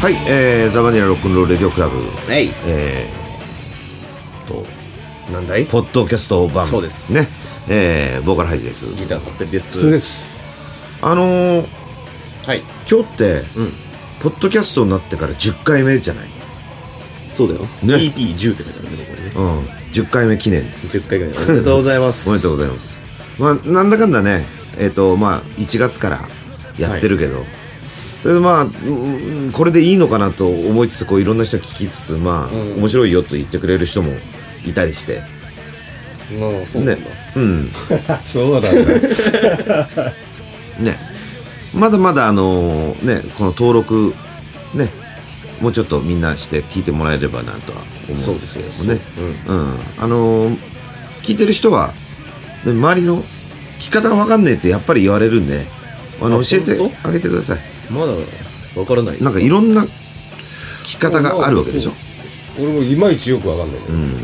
はい、えー、ザ・バニラロックンロールレディオクラブ、はいえー、と、なんだいポッドキャスト版、そうですね、えー、ボーカルハイジです。ギターの服部ですそうですあのー、はい今日って、んポッドキャストになってから10回目じゃない、そうだよ、ね EP10 って書いてあるねこれねうん、10回目記念です。 10回ぐらいおめでとう ございますおめでとうございます。まあ、なんだかんだね、えっ、と、まあ、1月からやってるけど、それでまあ、うんうんこれでいいのかなと思いつつ、こういろんな人に聞きつつ、まあ、ん面白いよと言ってくれる人もいたりして、なあそうなんだ、うん、あそうなんだ ね、まだまだあのね、この登録、ね、もうちょっとみんなして聞いてもらえればなとは思うんですけどもね。うん。あのー聞いてる人は、ね周りの聞き方がわかんねえってやっぱり言われるんで、あの、あ教えて本あげてください。まだわからないですなんかいろんな聞き方があるわけでしょ。俺もいまいちよくわかんないけど、うん。こ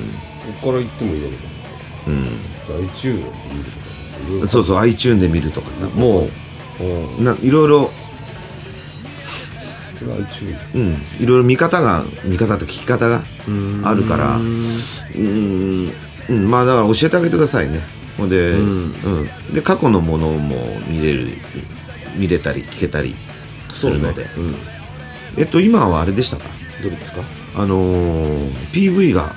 こから行ってもいいだけど大中を見るとうん。そうそう、iTune で見るとかさ、もうんう、ないろいろ、大中うん、いろいろ見方が見方と聞き方があるからうんうんまあだから教えてあげてくださいねほんで,、うんで過去のものも見れる見れたり聞けたりするので、うんえっと今はあれでしたかどれですかあのー PV が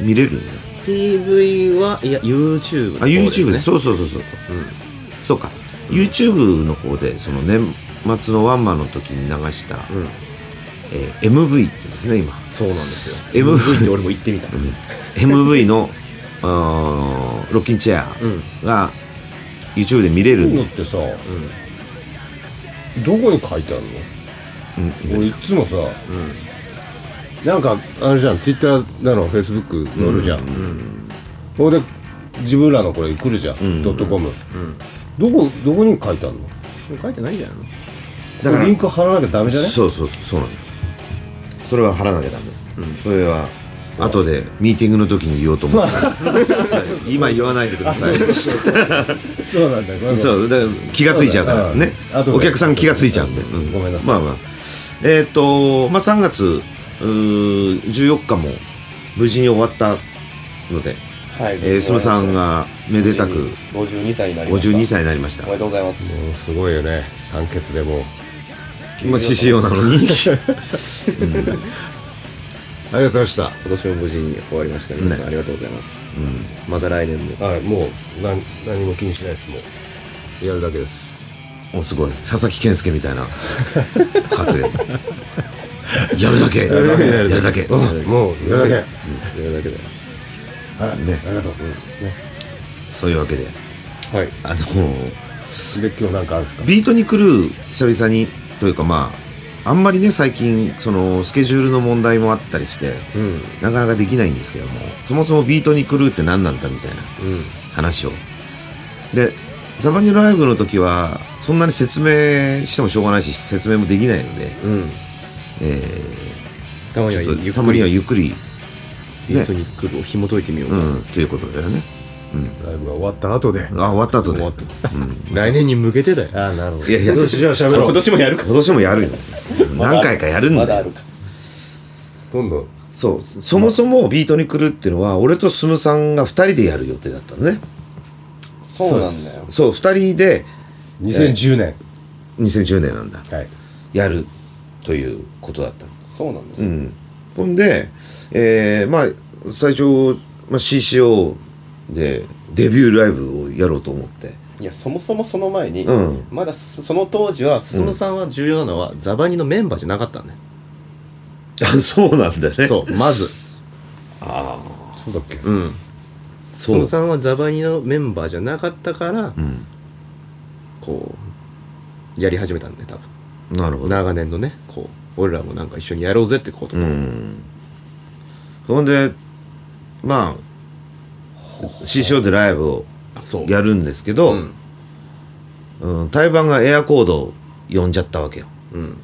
見れるんだ PV はいや YouTube のあ方 YouTube でですねそうそうそうそう、そうか YouTube の方でその年末のワンマンの時に流した、んえー MV って言うんですね今そうなんですよ MV MV って俺も行ってみた MV のあーロッキンチェうんアが YouTube で見れるんのでってさ、どこに書いてあるの、俺いつもさ、なんかあれじゃんツイッターだのフェイスブック載るじゃん、ここで自分らのこれ来るじゃん、ドットコム、どこどこに書いてあるの書いてないじゃんだからリンク貼らなきゃダメじゃねそうそうそうそうなのそれは貼らなきゃダメ、それは後でミーティングの時に言おうと思って今言わないでくださいそうなんだごめんごめんそうだから気がついちゃうからそうだねあ後でお客さん気がついちゃうんで、うごめんなさいまあまあえっ、と、まあ、3月うー14日も無事に終わったので、はいえー、すむさんがめでたく52歳になりました52歳になりました おめでとうございますもうすごいよね酸欠でもうまあ、獅子王なのにありがとうございました今年も無事に終わりました皆さんありがとうございますまた来年もはいもうなん何も気にしないですもうやるだけです おすごい佐々木健介みたいな発言やるだけやるだけうんもうやるだけやるだけでねありがとう、うんね、そういうわけではいあので今日なんかあるんですかビートに来る久々にというかまああんまりね最近そのスケジュールの問題もあったりして、うんなかなかできないんですけどもそもそもビートに来るって何なんだみたいなうん話をでザバニライブの時はそんなに説明してもしょうがないし説明もできないので、うんえたまにーはちゆっくょっとりたまにはゆっくりビートニックルを紐解いてみようかうん、ということだよね。ライブが終わった後であ、終わった後で。終わった来年に向けてだよああなるほどい やいや、よしじゃあ喋ろう今年もやるか今年もやるよ。何回かやるんまだだあよ。るかどんどんそう、そもそもビートに来るっていうのは、俺とスムさんが2人でやる予定だったのね。そうなんだよそう、2人で2010年、 2010年なんだ。はいやるということだった。そうなんでうすん。ほんで、えーまあ、最初、まあ、CCO でデビューライブをやろうと思って。いやそもそもその前にうんまだすその当時は進さんは重要なのはザバニのメンバーじゃなかったんだよあ、そうなんだね。そうまずそうだっけうんそう進さんはザバニのメンバーじゃなかったからうん。こうやり始めたんだよ多分なるほど。長年のねこう俺らもなんか一緒にやろうぜってこと、うんほんでまあ師匠でライブをそうやるんですけど、ううんん対バンがエアコードを呼んじゃったわけようん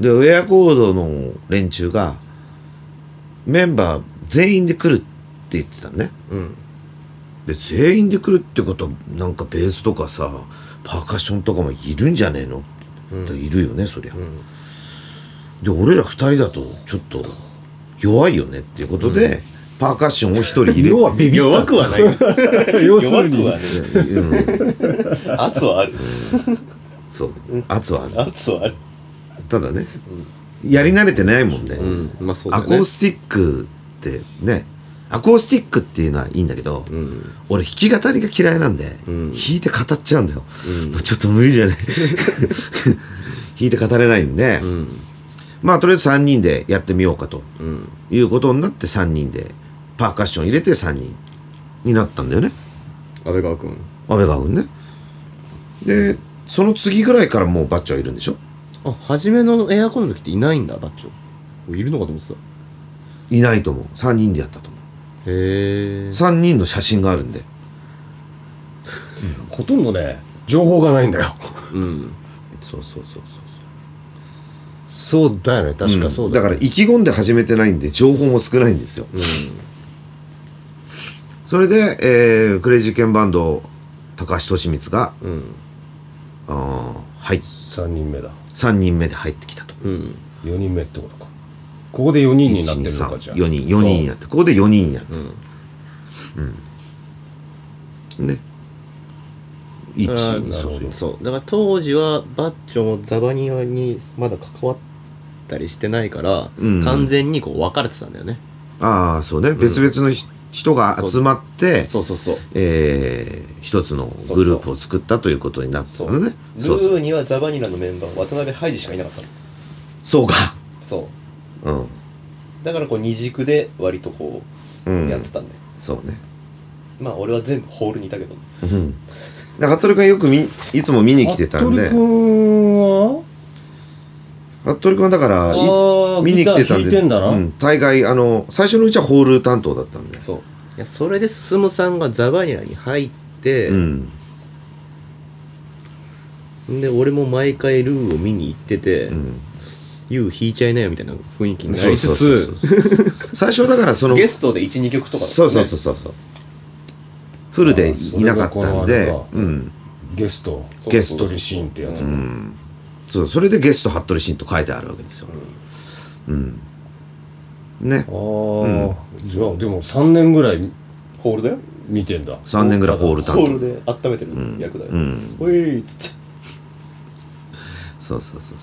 でエアコードの連中がメンバー全員で来るって言ってたのねうんで全員で来るってことはなんかベースとかさパーカッションとかもいるんじゃねえの、いるよねそりゃ、で俺ら二人だとちょっと弱いよねっていうことで、パーカッションを一人入れ要はビビった弱くはない要す弱るくにはね圧はあるそう圧はある圧はあるただね、やり慣れてないもんね、うんまあそうだアねコースティックってねアコースティックっていうのはいいんだけど、俺弾き語りが嫌いなんで、弾いて語っちゃうんだよ、もうちょっと無理 じゃない弾いて語れないんで、まあとりあえず3人でやってみようかと、いうことになって3人でパーカッション入れて3人になったんだよね安倍川君安倍川君ねでその次ぐらいからもうバッチョはいるんでしょあ初めのエアコンの時っていないんだバッチョいるのかと思ってたいないと思う3人でやったと思うへえ3人の写真があるんでほとんどね情報がないんだようんそうそうそうそうそうだよね確かそうだ,、だから意気込んで始めてないんで情報も少ないんですよ、それで、えークレイジーケンバンド高橋利光が、うんあーはい3人目だ3人目で入ってきたと、うん4人目ってことかここで4人になってるのかじゃあ4人4人になってここで4人になってうん、ね一あーそうそうそうだから当時はバッチョもザバニアにまだ関わったりしてないから、うん完全にこう分かれてたんだよねああそうね、別々のひ人が集まってそうそうそうえー一つのグループを作ったということになったのねそうそうーにはザバニラのメンバー渡辺ハイジしかいなかったのそうかそううんだからこう二軸で割とこうんたんだよ、そうねまあ俺は全部ホールにいたけどうんだから服部君よくみいつも見に来てたんで服部君は服部君はだからいあー見に来てたんギター弾いでてんだなうん、大概あの最初のうちはホール担当だったんでそういやそれで進さんがザバニラに入って、うんで俺も毎回ルーを見に行っててうん「ユ、う、ー、弾いちゃいなよ」みたいな雰囲気になそうりそつうそうつ 最初だからそのゲストで12曲とかだもんね、そうそうそうそうそうフルでいなかったんあーでそれがこのあれかうんゲストそうゲス一ト人シーンってやつ、そうそれでゲスト服部慎と書いてあるわけですようん、ねああ、じゃあでも3年ぐらいホールだよ見てんだ3年ぐらいホール担ホール当で温めてる役だよ、うんおいっつってそうそうそうそう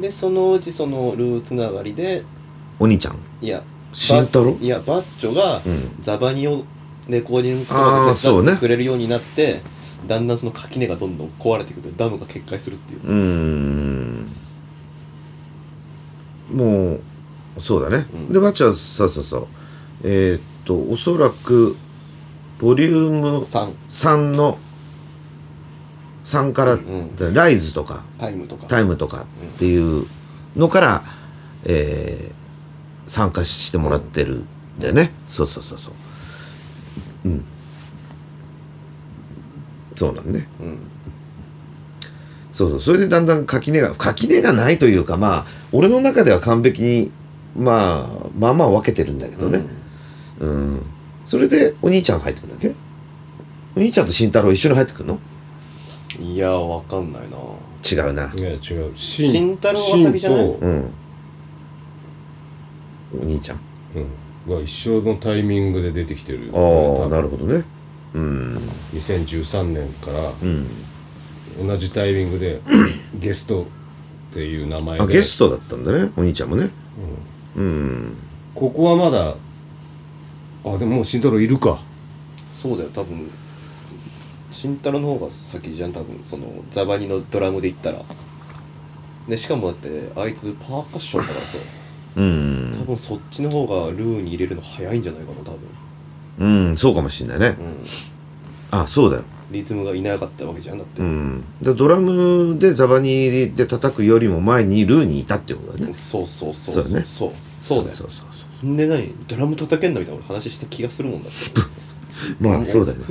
でそのうちそのルーつながりでお兄ちゃんいや慎太郎バッいやバッチョがんザバニをレコーディングとあーか手そうね伝ってくれるようになって、だんだんその垣根がどんどん壊れていくとダムが決壊するっていううーんもうそうだね、でバッチはそうそうそうえーっとおそらくボリューム3 3の3から、んライズとかタイムとかタイムとかっていうのから、えー参加してもらってるんだよね、そうそうそうそううんそうなんねうんそうそうそれでだんだん垣根が垣根がないというかまあ俺の中では完璧に、まあ、まあまあ分けてるんだけどねうん、それでお兄ちゃん入ってくるんだっけお兄ちゃんと慎太郎一緒に入ってくるのいやわかんないな違うないや違うシーン慎太郎は先じゃないシーンとうんお兄ちゃんうんが一緒のタイミングで出てきてるああなるほどねうん2013年からうん同じタイミング でゲストっていう名前であゲストだったんだねお兄ちゃんもねうんここはまだあでももう慎太郎いるかそうだよ多分慎太郎の方が先じゃん多分そのザバニのドラムで言ったらでしかもだってあいつパーカッションだからさうん多分そっちの方がルーに入れるの早いんじゃないかな多分、うんそうかもしれないねうん、あそうだよリズムがいなかったわけじゃんだって、うん、でドラムでザバニで叩くよりも前にルーにいたってことだねそうそうそうそうだねそうそうだよそうそうそうそんで何ドラム叩けんのみたいな俺話した気がするもんだってそうまあそうだよね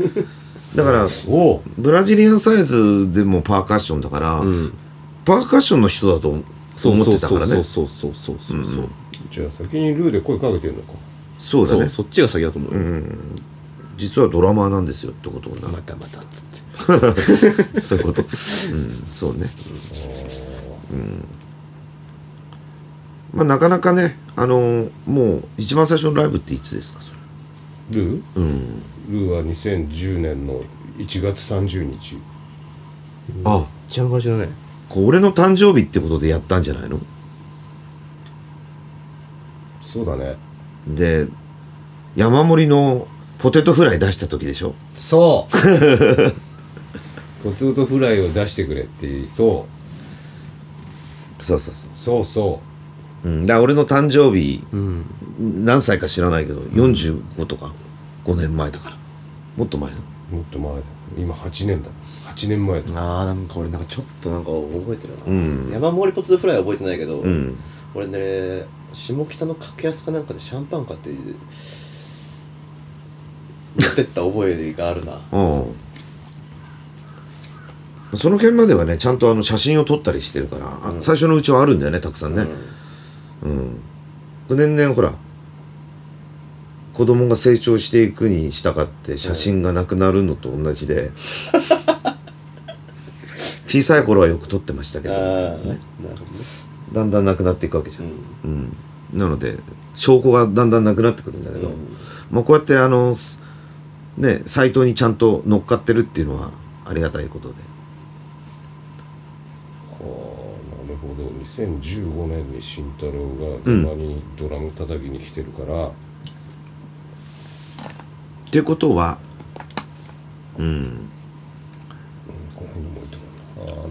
だからおおブラジリアンサイズでもパーカッションだから、パーカッションの人だと思ってたからねそうそうそうそうそうそうじゃあ先にルーで声かけてんのかそうだそうねそっちが先だと思うよ、実はドラマーなんですよってことにな またまたっつってそういうことうんそうねあまあ、なかなかね、あのーもう一番最初のライブっていつですかそれルーうんルーは2010年の1月30日あちゃ昔だねこう俺の誕生日ってことでやったんじゃないのそうだねで山盛りのポテトフライ出した時でしょそう ポテトフライを出してくれってそそうそうそうそうそうん、だから俺の誕生日、うん何歳か知らないけど45とか5年前だからもっと前のうもっと前だ今8年だ8年前だああなんか俺なんかちちょょっっとなんか覚えてるうな、ん山盛りポテトフライは覚えてないけど、うん俺ね下北の格安かなんかでシャンパン買って持ってった覚えがある なうんその辺まではねちゃんとあの写真を撮ったりしてるから、あ最初のうちはあるんだよねたくさんねうん、年々ほら子供が成長していくに従って写真がなくなるのと同じ で、小さい頃はよく撮ってましたけあどあみたいななるほどねだんだんなくなっていくわけじゃんうんうん、なので証拠がだんだんなくなってくるんだけど、うんまあ、こうやってあのすねサイトにちゃんと乗っかってるっていうのはありがたいことでああなるほど2015年に慎太郎がたまにドラム叩きに来てるから、っていうことはうんこの辺にも置い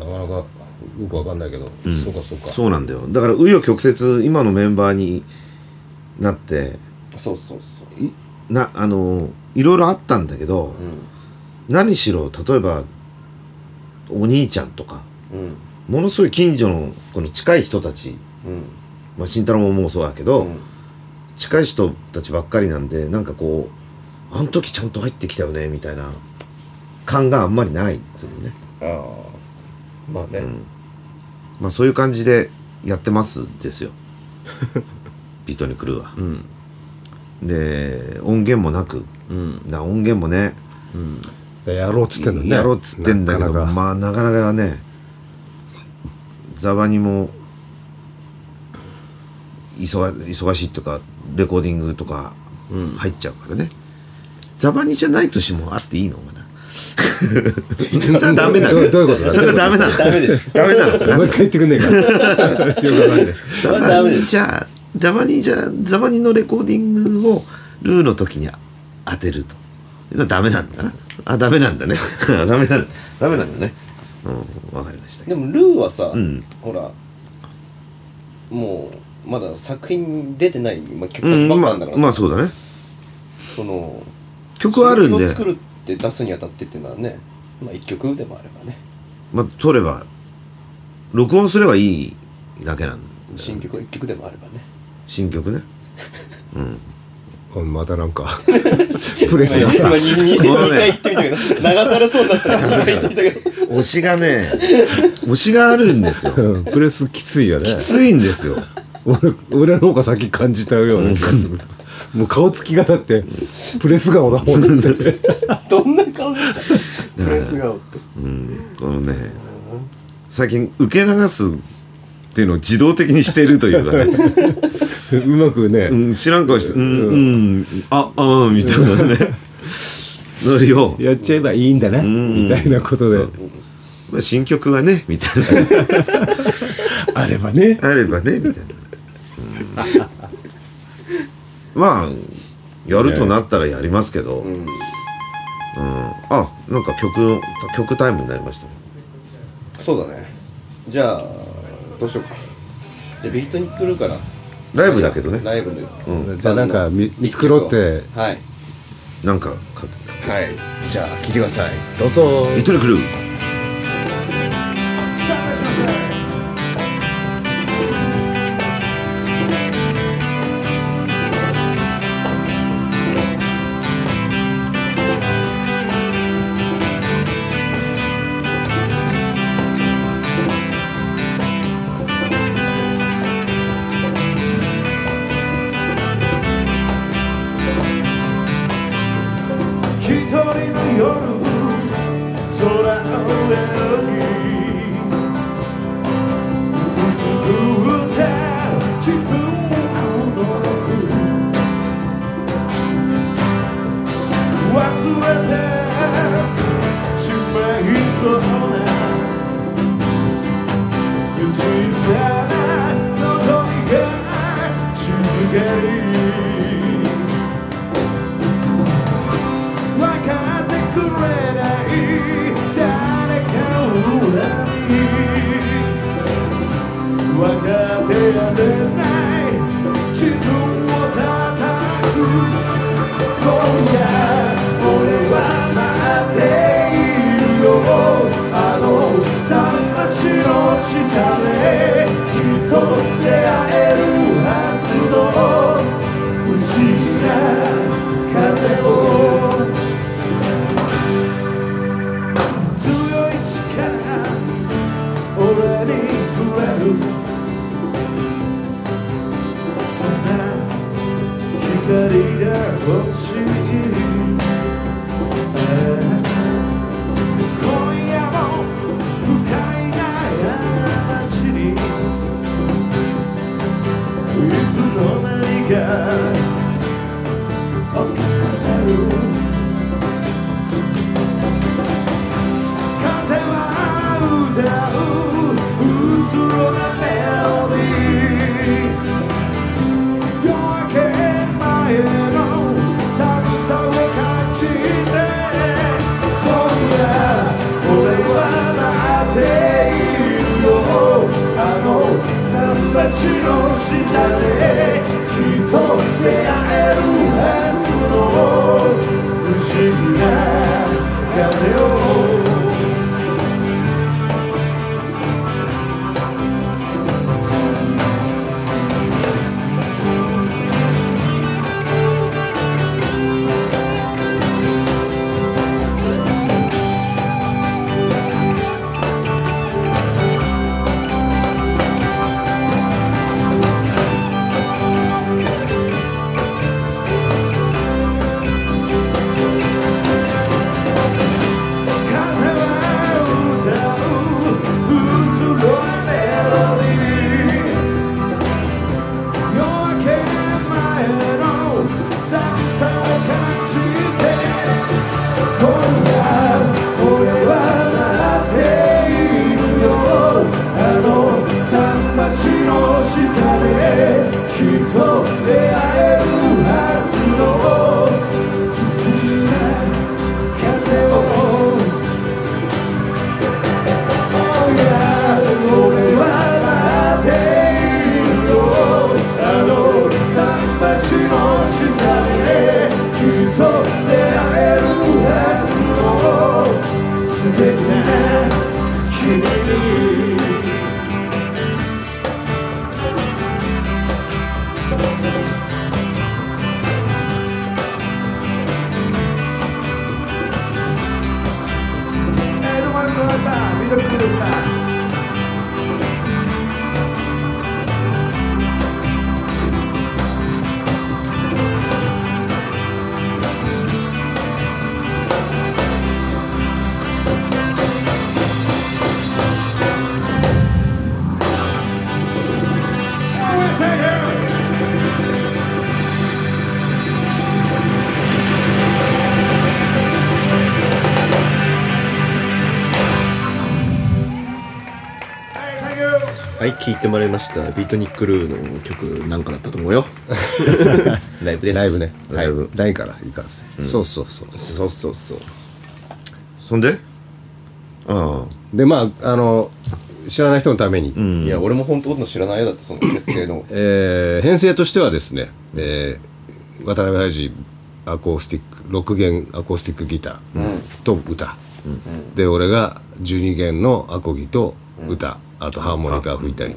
てもらうなああなかなかよくわかんないけど、そうかそうかそうなんだよだから紆余曲折今のメンバーになってそうそうそういなあのいろいろあったんだけど、う何しろ例えばお兄ちゃんとかんうんものすごい近所のこの近い人たち、うんまあ、慎太郎ももうそうだけど、うん近い人たちばっかりなんでなんかこうあの時ちゃんと入ってきたよねみたいな感があんまりないっていうね、ああまあね、まあ、そういう感じでやってますです よビートに来るは、んで音源もなく、な音源もねやろうっつってんだねやろうっつってんだけどなかなか まあなかなかねザバにも忙忙しいとかレコーディングとか入っちゃうからね、ザバにじゃない年もあっていいのかなそれはダメなどのうどういうことだそれはダメなのダメでしょダメなのかなもう一回言ってくんねえか よくわかんないザ それはダバメでニじゃザバニじゃザバニのレコーディングをルーの時に当てるというのはダメなんだなあダメなんだね ダメなんだダメなんだねうんわかりましたでもルーはさ、うんほらもうまだ作品出てない、まあ、曲うんばっまかあなんだから、まあそうだねその曲あるんそでれを、作るって出すにあたってっていうのはねまあ一曲でもあればねまあ、撮れば録音すればいいだけなんだ新曲は一曲でもあればね新曲ねおいまたなんか プレスがさ今二二このね二回言ってみたけど流されそうになったから二回言ってみたけど推しがね 推しがあるんですようんプレスきついよねきついんですよ俺俺の方が先感じたような気がするもう顔つきがだってプレス顔だもんってどんな顔だったプレス顔ってうんこのね最近受け流すっていうのを自動的にしているというか ね、 うまくね、うん、知らん顔して「うんうんああーみたいなね ノリをやっちゃえばいいんだな、みたいなことでまあ新曲はねみたいなあればねあれば ねみたいな、まあやるとなったらやりますけど、うんあなんか曲の曲タイムになりましたねそうだねじゃあどうしようかじゃあビートに来るからライブだけどねライブで、じゃあなんかみ見繕ってはいなんかかはいじゃあ聞いてくださいとどうぞビートルクルー一人の夜空を光が欲しいああ今夜も不快な街にいつの間にか犯される風は歌ううつろなメロディー夜明け前の寒さを感じて今夜俺は待っているよあの桟橋の下できっと出会えるはずの不思議な風を風は歌ううつろなメロディー夜明け前の寒さを感じて今夜俺は待っているよあの桟橋の下できっと出会えるはずの不思議な風を「おや俺は待っているよ」「あの桟橋の下できっと出会えるはずの素敵な君に」えーどうもありがとうございましたミドル君でした。はい聞いてもらいましたビートニックルーの曲なんかだったと思う よライブですライブねライブないからいいからですねそうそうそうそうそうそうそんでああでまああの知らない人のために、いや俺も本当の知らないよだってその結成のえー編成としてはですね、えー渡辺ハイジアコースティック6弦アコースティックギターと歌、で俺が12弦のアコギと歌、あとハーモニカ吹いたり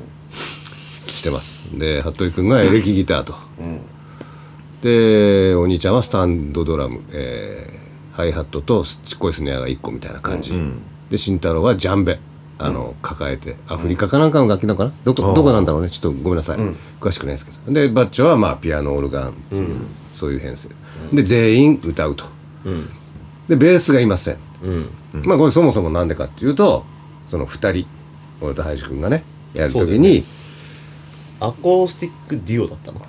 してますで服部君がエレキギターと、でお兄ちゃんはスタンドドラム、えーハイハットとちっこいスネアが1個みたいな感じ、で慎太郎はジャンベあの抱えてアフリカかなんかの楽器なのかなどこどこなんだろうねちょっとごめんなさい、詳しくないですけどでバッチョはまあピアノオルガンっていう、そういう編成で全員歌うと、でベースがいません、まあこれそもそもなんでかっていうとその2人俺とハイジ君がねやるときに、アコースティックデュオだったの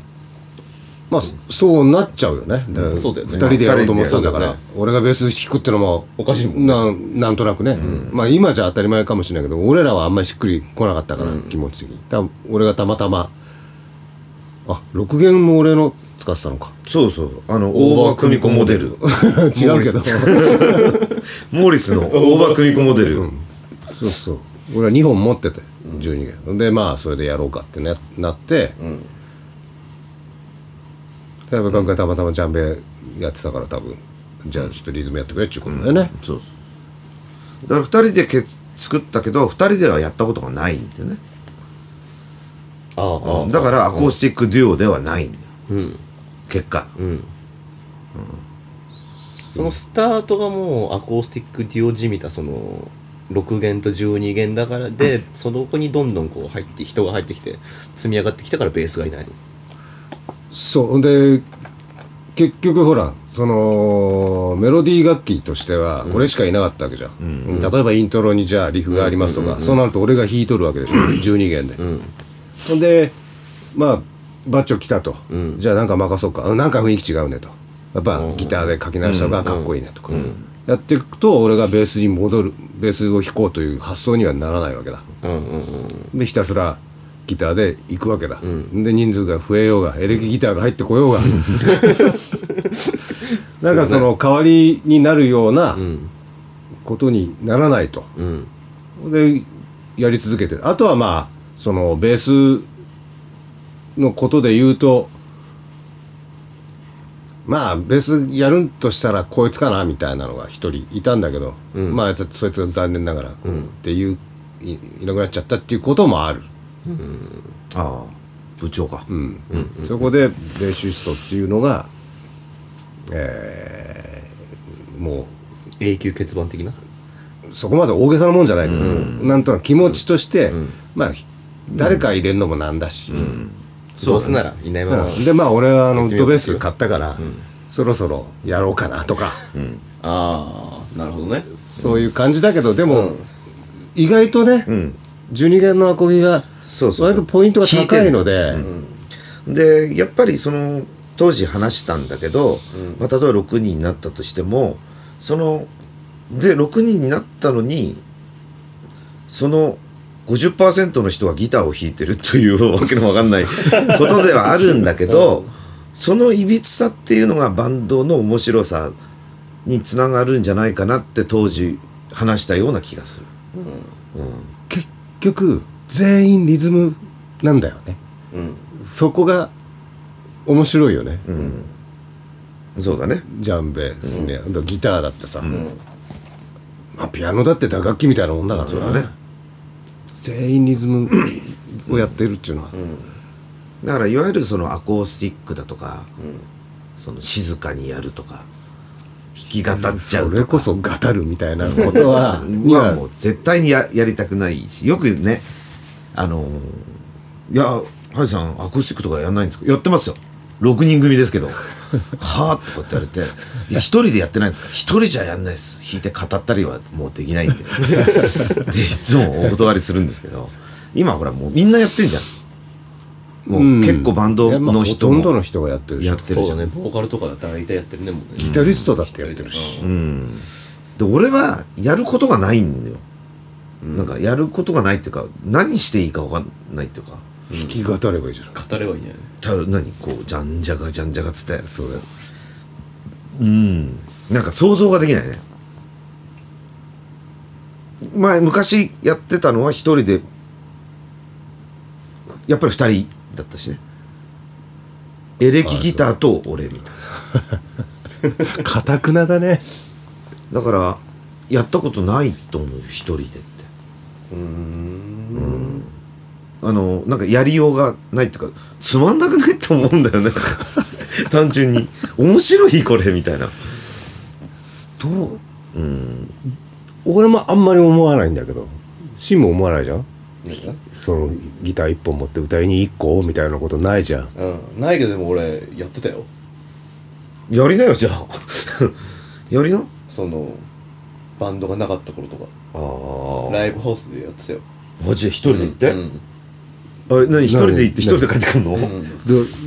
まあそうなっちゃうよねだからそうだよね二人でやろうと思ってたんだから俺がベース弾くってのもおかしいもんなんなんとなくねまあ今じゃ当たり前かもしれないけど俺らはあんまりしっくりこなかったから気持ち的にだから俺がたまたまあ6弦も俺の使ってたのか そうそうあの大場久美子モデル違うけどモーリ スの大場久美子モデルそうそう俺は2本持ってて12弦でまあそれでやろうかってねなって田辺君がたまたまジャンベやってたから多分じゃあちょっとリズムやってくれっちゅうことだよねそうそうだから2人でけ作ったけど2人ではやったことがないんでねああああだからアコースティックデュオではないんだよ結果そのスタートがもうアコースティックデュオじみたその6弦と12弦だからで、その子にどんどんこう入って人が入ってきて積み上がってきたからベースがいないのそうで結局ほらそのメロディー楽器としては俺しかいなかったわけじゃん、例えばイントロにじゃあリフがありますとか、そうなると俺が弾いとるわ けでしょ、12弦で、ほんでまあバッチョ来たと、じゃあなんか任そうかあなんか雰囲気違うねとやっぱギターで書き直した方がかっこいいねとか、やっていくと俺がベースに戻るベースを弾こうという発想にはならないわけだ、でひたすらギターで行くわけだ、で人数が増えようがエレキギターが入ってこようが なんかその代わりになるようなことにならないと、でやり続けてるあとはまあそのベースのことで言うとまあベースやるんとしたらこいつかなみたいなのが一人いたんだけど、まああいつそいつが残念ながら、っていういいなくなっちゃったっていうこともある。ああ部長か、そこでベーシストっていうのが、えーも永久欠番的なうそこまで大げさなもんじゃないけど、なんとなく気持ちとして、まあ誰か入れるのもなんだし、そうすならいないままうんでまあ俺はあのウッドベース買ったから、そろそろやろうかなとか、ああなるほどねそういう感じだけどでも、意外とね、12弦のアコギがそうそうそう割とポイントが高いので。でやっぱりその当時話したんだけど、まあ、例えば6人になったとしてもそので6人になったのにその50%の人がギターを弾いてるというわけのわかん ないことではあるんだけど、そのいびつさっていうのがバンドの面白さにつながるんじゃないかなって当時話したような気がする。結局全員リズムなんだよね、そこが面白いよね、そうだね。ジャンベですね、あとギターだってさ、まあ、ピアノだって打楽器みたいなもんだからねね全員リズムをやってるっていうのは、だからいわゆるそのアコースティックだとか、その静かにやるとか弾き語っちゃそうれとこそ語るみたいなこと はには今もう絶対にややりたくないしよくねあのーいやハイさんアコースティックとかやんないんですかやってますよ6人組 ですけどはあってこうやって言われて「いや一人でやってないんですか一人じゃやんないです弾いて語ったりはもうできない んで」でいつもお断りするんですけど今ほらもうみんなやってんじゃんもう結構バンドの人いやまあほとんもどの人がやってるしやってるそうじゃだん、ねボーカルとかだったら大体やってるねもうねギタリストだってやってるし、で俺はやることがないんだよ、なんかやることがないっていうか何していいか分かんないっていうか弾き語ればいいじゃない語ればいいんじゃないただ何こうじゃんじゃかじゃんじゃかっつってそうだようんなんか想像ができないね前昔やってたのは一人でやっぱり二人だったしねエレキギターと俺みたいなかたくなだねだからやったことないと思う一人でってうんあのなんかやりようがないっていうかつまんなくないと思うんだ よね単純に面白いこれみたいなどううん俺もあんまり思わないんだけどシンも思わないじゃんそのギター1本持って歌いに1個みたいなことないじゃんうんないけどでも俺やってたよやりなよじゃあやりなそのバンドがなかった頃とかあライブハウスでやってたよマジで一人で行って、うんあれ何一人で行って一人で帰ってくるの、ど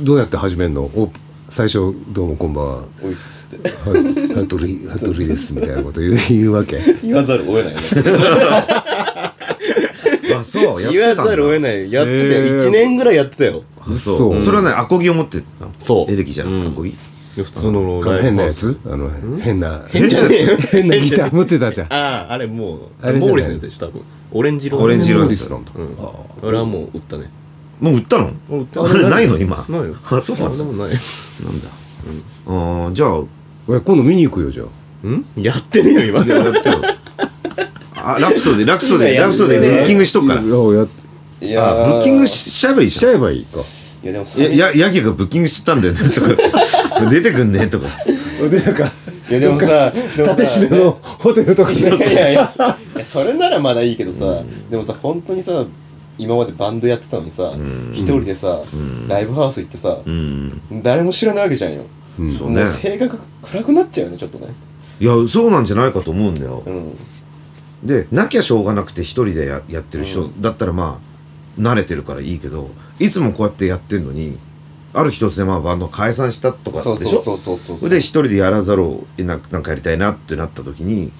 どうやって始めるのお最初「どうもこんばんは」 おいっすっつってはい「ハトリハトリです」みたいなこと言う言うわ け言わざるを得ないよね あそうやって言たわんだざるを得ないやってたよへー1年ぐらいやってたよあそうそうそれはねアコギを持ってたのそうエレキじゃなくてアコギ、普通の変なやつあの変な変じゃねえよ 変なギター持ってたじゃんあああれもうあれじゃないモーリスのやつでしょ多分オレンジ色オレンジ色モのーやリつスなんだうん俺はもう売ったねもう売ったのああれ ないの今ないよあそうなんあだでもなないんだ、あーじゃあ俺今度見に行くよじゃあんやってねえよ今でもあ、ラプソディ、ラプソディ、いやラプソディいやブッキングしとくから。いややいあ、ブッキングしちゃえばいいしじちゃん。ゃえばいいかいやでもさいや、ヤギがブッキングして たんだよね、とか。出てくんね、とかっつって。でなん かいやでもさでもさ蓼科 のホテルとかでいやいやいやいやそれならまだいいけどさ、でもさ本当にさ今までバンドやってたのにさ一、人でさ、ライブハウス行ってさ、誰も知らないわけじゃんよ、そうもねう性格暗くなっちゃうよねちょっとねいやそうなんじゃないかと思うんだよ、うんでなきゃしょうがなくて一人でややってる人だったらまあ慣れてるからいいけどいつもこうやってやってんのにある日突然まあバンド解散したとかでしそょうそうそうそうそうそれで一人でやらざるを得なくなんかやりたいなってなった時に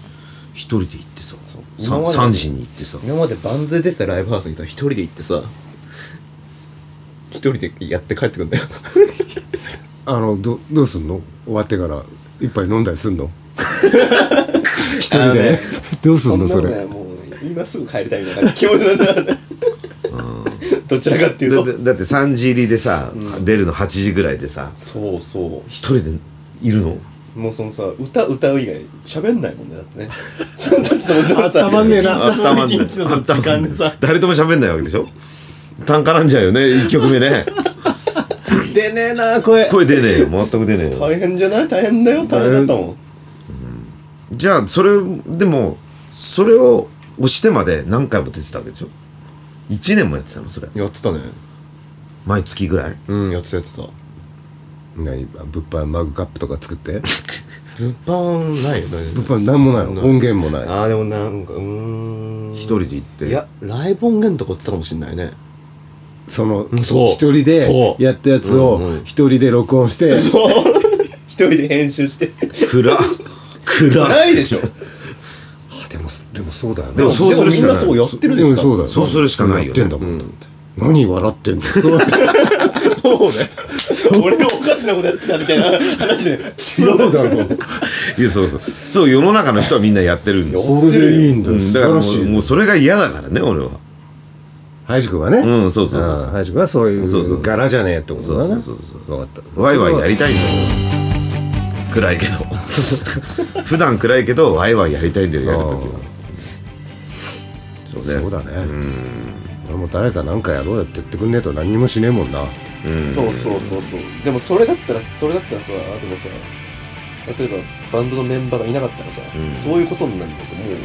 一人で行ってさ今まで3時に行ってさ今までバンズでさライブハウスにさ一人で行ってさ一人でやって帰ってくんだよあのどどうすんの終わってから一杯飲んだり すんの一人で、どうすそんんのなそのれねもうね今すぐ帰りたいみたいな気持ちになったらねどちらかっていうだとだだって3時入りでさ、出るの8時ぐらいでさそうそ一人でいるのうもうそのさ歌歌う以外喋んないもんね だってねそうだってそのさあったまんねえなあったまんない一日のその時間でさ誰とも喋んないわけでしょ単価なんじゃうよね1曲目ね出ねえな声声出ねえよ全く出ねえよ大変じゃない大変だよ大変だったもんじゃあそれでもそれを押してまで何回も出てたわけでしょ1年もやってたのそれやってたね毎月ぐらいうんやってたやってた何物販マグカップとか作って物販ないよね物販何もないの音源もないああでもなんかうーん一人で行っていやライブ音源とか売ってたかもしんないねそのんそう一人でそうやったやつうんうをん一人で録音してそう 一人で編集して暗っ暗っないでしょあでもでもそうだよねでもそうするしかないでもみんなそうやってるでしょうんそうだよそうするしかないよねやってんだもんだって何笑っ てんのそうそうね俺がおかしなことやってたみたいな話でそうだろう いやそうそうそう世の中の人はみんなやってるんだよこれでいいんだうよん素だか晴らもらうしもいうそれが嫌だからね俺は林くんはねうんそうそうそうそうああ林くんはそういそうそうう柄じゃねえってことだなそうそうそう分かったワイワイやりたいんだよ暗いけ ど普段暗いけどワイワイやりたいんだよやるときはそうねそうだね俺も誰か何かやろうよって言ってくんねえと何にもしねえもんなそうそうそうそうでもそれだったらそれだったらさでもさ例えばバンドのメンバーがいなかったらさ、そういうことになるんだけどもう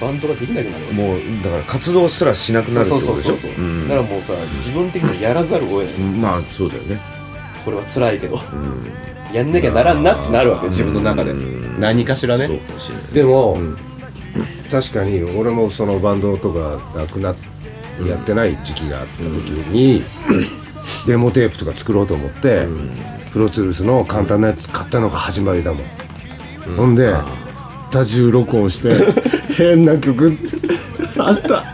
バンドができなくなるわけもうだから活動すらしなくなるってそことうそうでしそょうそう、うんだからもうさ自分的にはやらざるを得ない、まあそうだよねこれは辛いけど、やんなきゃならんなってなるわけ自分の中で、何かしらねそうかもしれないでも、確かに俺もそのバンドとかなくなっやってない時期があった時に、デモテープとか作ろうと思って、プロツールスの簡単なやつ買ったのが始まりだもん、ほんで多重録音して 変な曲あった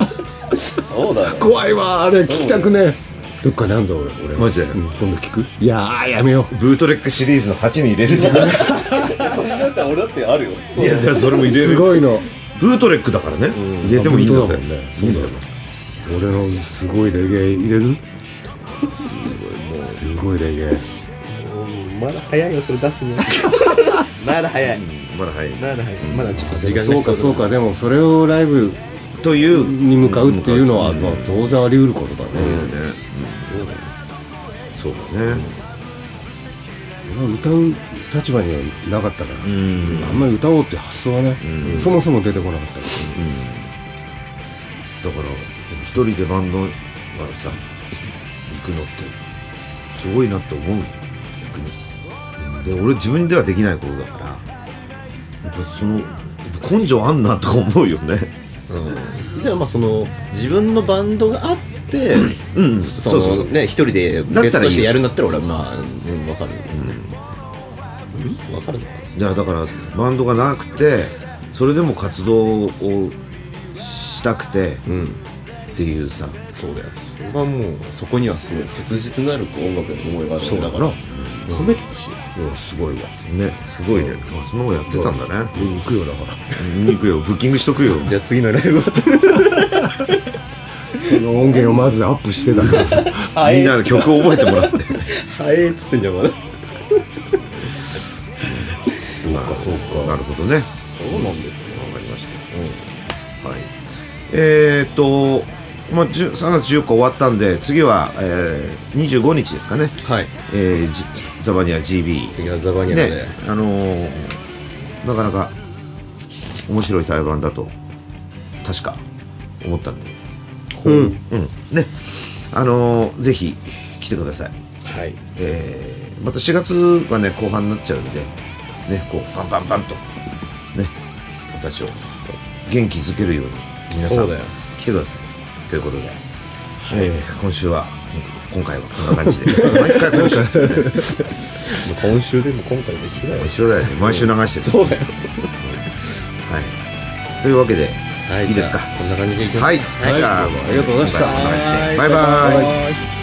そうだよ怖いわあれ聞きたくねえどっかにあんぞ俺俺マジでうん今度聞くいやーやめようブートレックシリーズの8に入れるじゃんいそれだったら俺だってあるよやだからそれも入れするごいのブートレックだからね入れてもいいんだあぜブートだもんねそうだよ俺のすごいレゲエ入れるすごいもうすごいレゲエまだ早いよそれ 出すにはまだ早いまだはいまだ早いまだちょっとでもそうかそうかでもそれをライブというに向かうっていうのはまあ当然あり得ることだね、そうだね俺は歌う立場にはなかったから、あんまり歌おうって発想はね、そもそも出てこなかったけどだから一人でバンドがさ行くのってすごいなって思う逆にで俺自分ではできないことだからやっぱそのやっぱ根性あんなとか思うよね でもまあその自分のバンドがあってうんそのね一人でらいい別としてやるんだったら俺はまあうんわかるうんわかるのかじゃあだからバンドがなくてそれでも活動をしたくてうんっていうさそうだよそれはもうそこにはすごい切実なる音楽への思いがあるそうだだかからら褒めてほしいうんすごいわねすごいね、まあ、そんなことやってたんだね見に行くよだから見に行くよブッキングしとくよじゃあ次のライブはその音源をまずアップしてたからさみんなで曲を覚えてもらってはいっつってんじゃんまだ そうかそうかなるほどねそうなんですよわかりました。はい。えーっと、まあ、10 3月14日終わったんで、次は、えー、25日ですかね。はいえー、じザバニア GB。次はザバニアで、ね、あのーなかなか面白い対バンだと、確か思ったんで。うん。ね。あのーぜひ来てください。はいえーまた4月はね後半になっちゃうんで、ね、こうバンバンバンと、ね、私を元気づけるように皆さそんうだよ来てくださいということで、えー今週は今回はこんな感じで 毎回今週今週でも今回も一緒だよ一緒だよね毎週流してるそうだよはい、というわけで、はいいいですかじゃあこんな感じでいきますはい、じゃあどうもありがとうございましたこんな感じでバイバイバイ